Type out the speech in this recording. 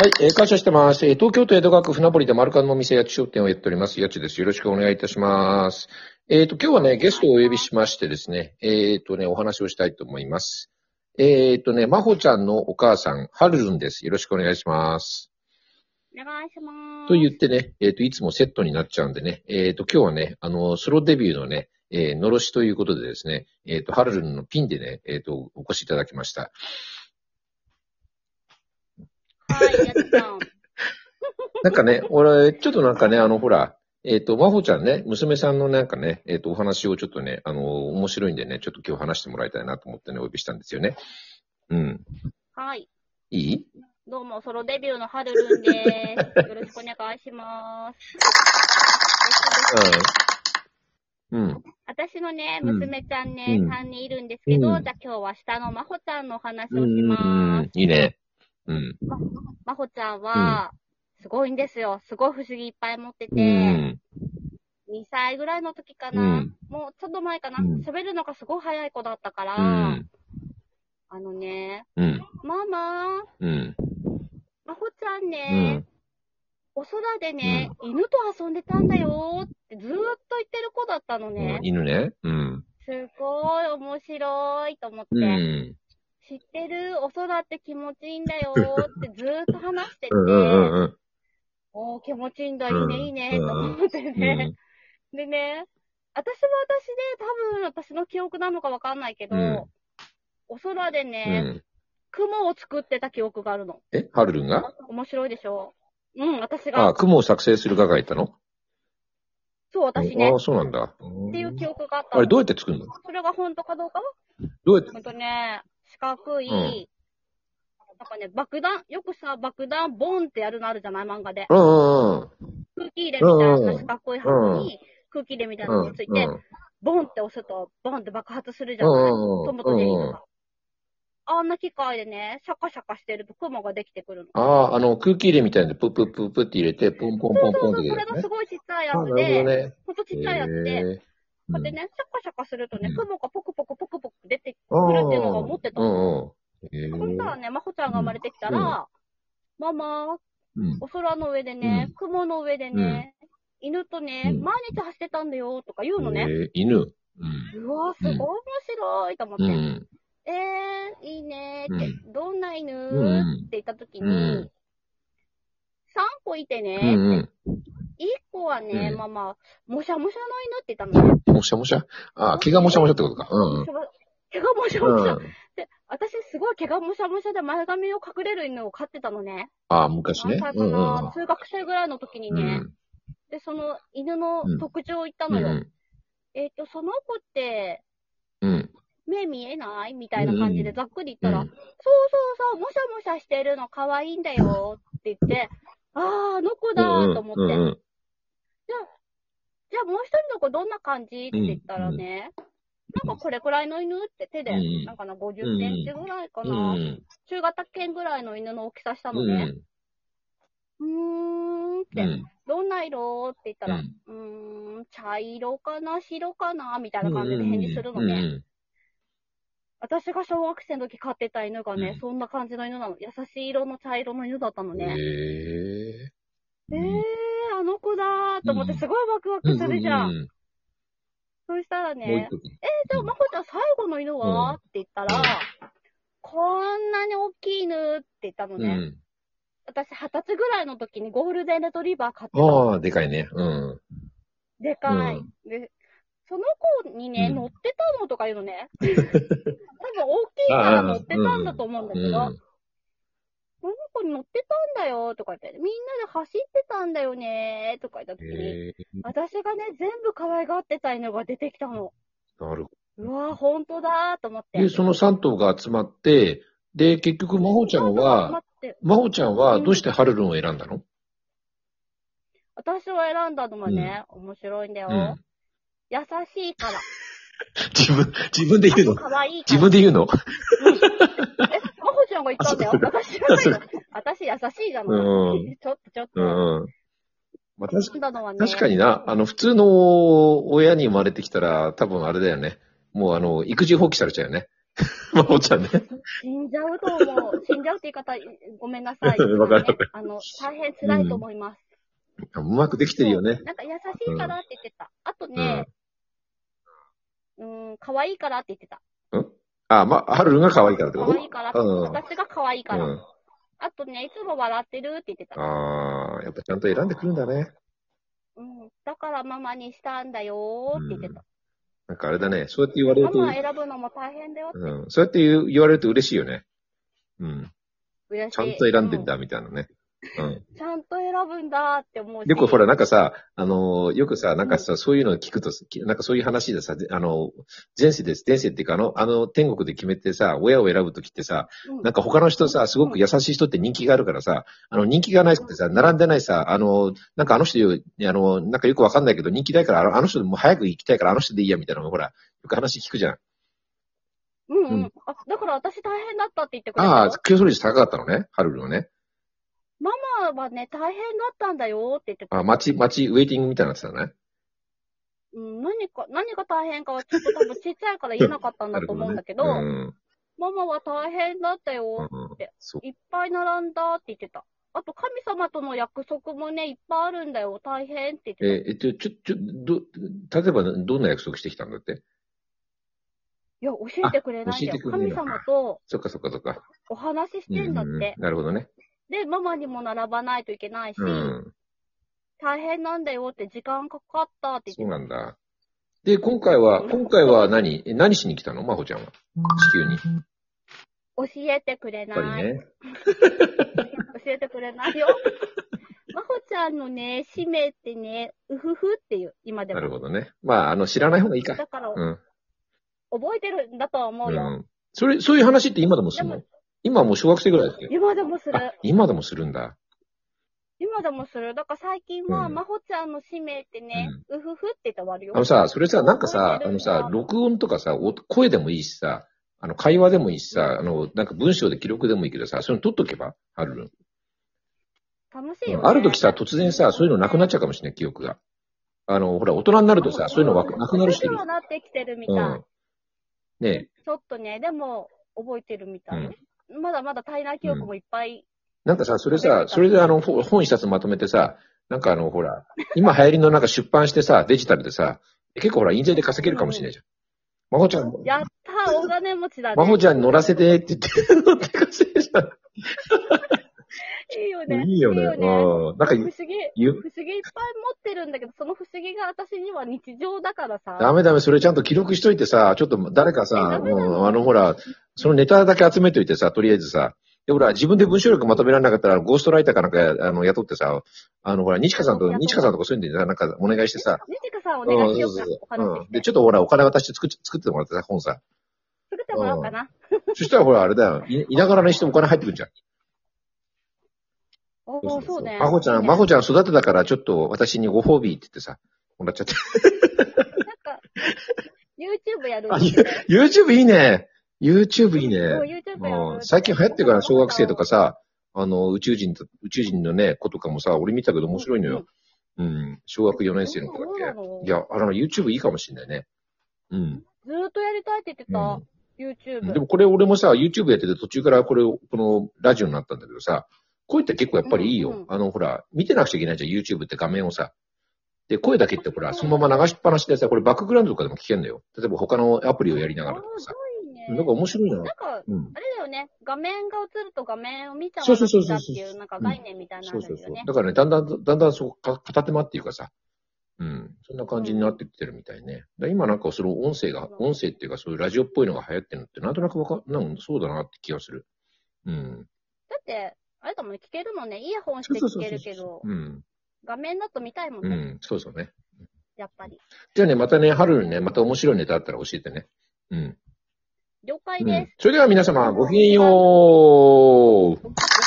はい、えー感謝してます。えー東京都江戸川区船堀で丸ンのお店、八千商店をやっております。八千です。よろしくお願いいたします。えっ、と、今日はね、ゲストをお呼びしましてですね、えっ、とね、お話をしたいと思います。えっ、とね、まほちゃんのお母さん、はるるんです。よろしくお願いします。お願いします。と言ってね、えっ、と、いつもセットになっちゃうんでね、えっ、と、今日はね、あの、ソロデビューのね、えーのろしということでですね、えっ、と、はるるんのピンでね、えっ、と、お越しいただきました。はい、やったん。なんかね、俺、ちょっとなんかね、あの、ほら、えっ、と、まほちゃんね、娘さんのなんかね、えっ、と、お話をちょっとね、あの、面白いんでね、ちょっと今日話してもらいたいなと思ってね、お呼びしたんですよね。うん。はい。いいどうも、ソロデビューのはるるん です。よろしくお願いします。うん。うん。私のね、うん娘ちゃんね、うん3人いるんですけど、うんじゃあ今日は下のまほちゃんのお話うをしんまうん。いいね。うん。す。ままほちゃんは、すごいんですよ。すごい不思議いっぱい持ってて、うん。 2歳ぐらいの時かうな、ん。もうちょっと前かな、うん喋るのがすごい早い子だったから、うん。あのね、うん。ママ、うん。まほちゃんね、うん。お空でね、犬と遊んでたんだよーってずーっと言ってる子だったのね。犬ね。うん。すごい面白いと思って。うん。知ってるお空って気持ちいいんだよ ーってずーっと話しててう。んうんうんおー、気持ちいいんだ、いうんいね、いいね、と思ってうん。ね。でね、私も私で、多分私の記憶なのかわかんないけど、うんお空でうね、ん。雲を作ってた記憶があるの。え、はるるんが面白いでしょうん、私あ、が。雲を作成する画がいたのそう、私ねあ。あ、そうなんだ。っていう記憶があっあたのれ、どうやって作るのそれが本当かどうかはどうやってほんとね、四角い、うんなんかね、爆弾、よくさ、爆弾ボンってやるのあるじゃない漫画で。うんうんうん。空気入れみたいうんうなん四角い箱に、空気入れみたいなのがついて、うんボンって押すと、ボンって爆発するじうゃなんい、トムとジェリーとか。あんな機械でね、シャカシャカしてると雲ができてくるの。ああ、あの、空気入れみたいなのプップップップって入れて、ポンポンポンポンってそ入うそれれるがねす。ごいちっちゃいやあ、なつるほどで、ね。ほんとちっちゃいやつで、へえこうやってね、シャカシャカするとね、うん雲がポクポクポクポク出てうんくるっていうのが思ってたうの。んうん。へえそしたらね、まほちゃんが生まれてきたうんら、ママ、うんお空の上でね、うん雲の上でね、犬とね、うん毎日走ってたんだよとか言うのね。へえ犬。うん。うわすごい面白いと思って。うん。えー、いいねーって、どんな犬、んって言った時に、うん3個いてね、うんうん。 1個はね、うんママ、もしゃもしゃの犬って言ったのね。もしゃもしゃああ、毛がもしゃもしゃってことか。うん毛がもしゃうもん。しうゃ。ん。で、私すごい毛がもしゃもしゃで前髪を隠れる犬を飼ってたのね。ああ、昔何ね。歳かうんうんな、中学生ぐらいの時にうね、ん。で、その犬の特徴を言ったうのよ。ん。えっ、と、その子って、うん。目見えないみたいな感じうでんざっくりう言ったら、ん。そうそうそう、もしゃもしゃしてるの可愛いんだよって言って、あー、あの子だーと思って、うんうん。じゃあもう一人の子どんな感じって言ったらね、なんかこれくらいの犬って手で、うんなんかな、50センチぐらいかうな、ん。中型犬ぐらいの犬の大きさしたうのん。ね。うーんって、うん。どんな色って言ったら、ううんーん、茶色かな、白かな、みたいな感じで返事するのね。うん私が小学生の時飼ってた犬がね、うんそんな感じの犬なの。優しい色の茶色の犬だったのうんうん。へね。え。えー、あの子だーと思ってうんすごいワクワクするじゃん。ううそしたらうん。もう一ね、個。え、じゃあまこちゃん最後の犬うんは、って言ったら、こんなに大きい犬って言ったのうね。ん。私二十歳ぐらいの時にゴールデンレトリバー飼ってたの。ああ、でかいね。うん。でかい、うんで、その子にね、うん乗ってたのとか言う のね。多分大きいから乗ってたんだと思うんだけど、うん。この子に乗ってたんだよとか言って、みんなで走ってたんだよねとか言った時に、へえ、私がね、全部可愛がってた犬が出てきたの。なるほうわぁ、ほんとだーと思って。ど。で、その3頭が集まって、で、結局、まほちゃんは、待って、まほちゃんはどうしてハルルンを選んだの私を選んだのはね、面白いんだよ。うん。優しいから。自分、自分で言うの可愛いか自ら。分で言うのえ、まほちゃんが言ったんだよ。私じゃないよ。私優しいじゃない。うん。ちょっとちょっと。うん。まあ、確か選んだのはね、確かにな、あの、普通の親に生まれてきたら、多分あれだよね。もう、あの、育児放棄されちゃうよね。 まほちゃんね。死んじゃうと思う。死んじゃうって言い方、ごめんなさい。 わかるわかるあの、大変辛いと思います。うまくできてるよね。なんか優しいからって言ってた。あとね、うん、可愛いからって言ってた。あ、まあ、はるるんが可愛いからってこ可と愛いからって、うん私が可愛いから。うん。あとね、いつも笑ってるって言ってた。ああ、やっぱちゃんと選んでくるんだね。うん、だからママにしたんだよーって言ってた。なんかあれだね。そうやって言われるマと、マ選ぶのも大変だよ。うん。そうやって言う言われると嬉しいよね。うん。嬉しい。ちゃんと選んでんだ、みたいなね。うん。うんちゃんと選ぶんだーって思うし。よくほら、なんかさ、あのー、よくさ、なんかさ、そういうの聞くと、きなんかそういう話でさ、であのー、前世です、前世っていうか、あの、あの、天国で決めてさ、親を選ぶときってさ、うん、なんか他の人さ、すごく優しい人って人気があるからさ、あの、人気がない人ってさ、並んでないさ、あのー、なんかあの人よ、あのー、なんかよくわかんないけど、人気ないから、あのあの人もう早く行きたいから、あの人でいいや、みたいなのがほら、よく話聞くじゃん。うんう。うんあ、だから私大変だったって言ってくれたよ。ああ、競争率高かったのね、ハルルのね。ママはね、大変だったんだよーって言ってた。あ、待ち、待ち、ウェイティングみたいになってたのね。うん、何か、何が大変かはちょっと多分ちっちゃいから言えなかったんだと思うんだけど、なるほねママは大変だったようん。うんてそうー。いっぱい並んだって言ってた。あと神様との約束もね、いっぱいあるんだよ。大変って言ってた。えー、えっと、ちょ、ちょ、ど、例えば、どんな約束してきたんだっていや、教えてくれないんだあ教えてよ。くれない神のか様とそっかそっかそっか。お話ししうんてんだっうんて。なるほどね。で、ママにも並ばないといけないし、うん。大変なんだよって時間かかったってそ言うってなんだ。で、今回は、うん今回は何え何しに来たのまほちゃんは。地球に。やた。教えてくれっぱなりい。ね。 教えてくれないよ。 まほちゃんのね、使命ってね、うふふっていう、今でなるも。ほどね。まあ、あの、知らない方がいいか。だから、うん。覚えてるんだとは思ううよ。ん。それ、そういう話って今でもすでるもの、今はもう小学生ぐらいだっけ今でもする。あ、今でもするんだ。今でもする。だから最近は、うんまほちゃんの使命ってね、うふふって言って終わるよ。あのさ、それさ、なんかさ、あ覚えてるのんださ、録音とかさ、お声でもいいしさ、あの、会話でもいいしさ、あの、なんか文章で記録でもいいけどさ、そういうの取っとけばあるの楽しいよ、ねある時さ、突然さ、そういうのなくなっちゃうかもしれない、記憶が。あの、ほら、大人になるとさ、そういうのわなくなる人いちょるっと。なってきてるみたい。うん。ねえ、ちょっとね、でも、覚えてるみたうい。ん。まだまだ体内記憶もいっぱい。なんかさ、それさ、それであの、ほ本一冊まとめてさ、なんかあの、ほら、今流行りのなんか出版してさ、デジタルでさ、結構ほら、印税で稼げるかもしれないじゃん。まほちゃん、やったー、お金持ちだね。まほちゃん乗らせてって言って、乗って稼いでた。いいよね。いいよね。うん。なんか不思、議。ゆ、不思議いっぱい持ってるんだけど、その不思議が私には日常だからさ。ダメダメ、それちゃんと記録しといてさ、ちょっと誰かえさ、ダメなのもうあのほら、そのネタだけ集めといてさ、とりあえずさ、で、ほら、自分で文章力まとめられなかったら、ゴーストライターかなんか、あの、雇ってさ、あの、ほら、西川さんと、西川さんとかそういうんで、なんか、お願いしてさ、ねてかさんおうん、願いそしよううそかう。お話そう。しうしん。で、て。ちょっとほら、お金渡して作って、作ってもらってさ、本さ。作ってもらおうかな。そしたらほら、あれだよ、いいながらにしてもお金入ってくるじゃん。おお、そうね。まほちゃん、まほちゃん育てたから、ちょっと私にご褒美って言ってさ、もらっちゃって。なんか、YouTube やる。あ、ゆ YouTube いいね。YouTube いいね。そう YouTube やうんる。最近流行ってから小学生とかさ、あの、宇宙人と、宇宙人のね、子とかもさ、俺見たけど面白いのよ。うん。小学4うん。年生の子だっけ。っいや、あの、YouTube いいかもしんないね。うん。ずーっとやりたいって言ってうたん。 YouTube。でもこれ俺もさ、YouTube やってて途中からこれ、このラジオになったんだけどさ、声って結構やっぱりいいよ。うんうんあの、ほら、見てなくちゃいけないじゃん、YouTube って画面をさ。で、声だけってほら、そのまま流しっぱなしでさ、これバックグラウンドとかでも聞けんだよ。例えば他のアプリをやりながらとかさ。ごいね。なんなかんか、面白いな。うん。あれだよね。画面が映ると画面を見ちゃそううそうそうそだうっていう、なんか概念みたいなそのうあそるうよそうね。。だからね、だんだん、だんだんそう、か片手間っていうかさ、うん。そんな感じになってきてるみたいね。だ今なんかその音声が、音声っていうかそういうラジオっぽいのが流行ってるのってなんとなくわか、なんかそうだなって気がする。うん。だって、あれだもんね、聞けるもんね。イヤホンしそうてそう聞そうけそるうけど、うん。画面だと見たいもんうね。ん。そうそうね。やっぱり。じゃあね、またね、春にね、また面白いネタあったら教えてね。うん。了解うですん。。それでは皆様、ごきげんよう。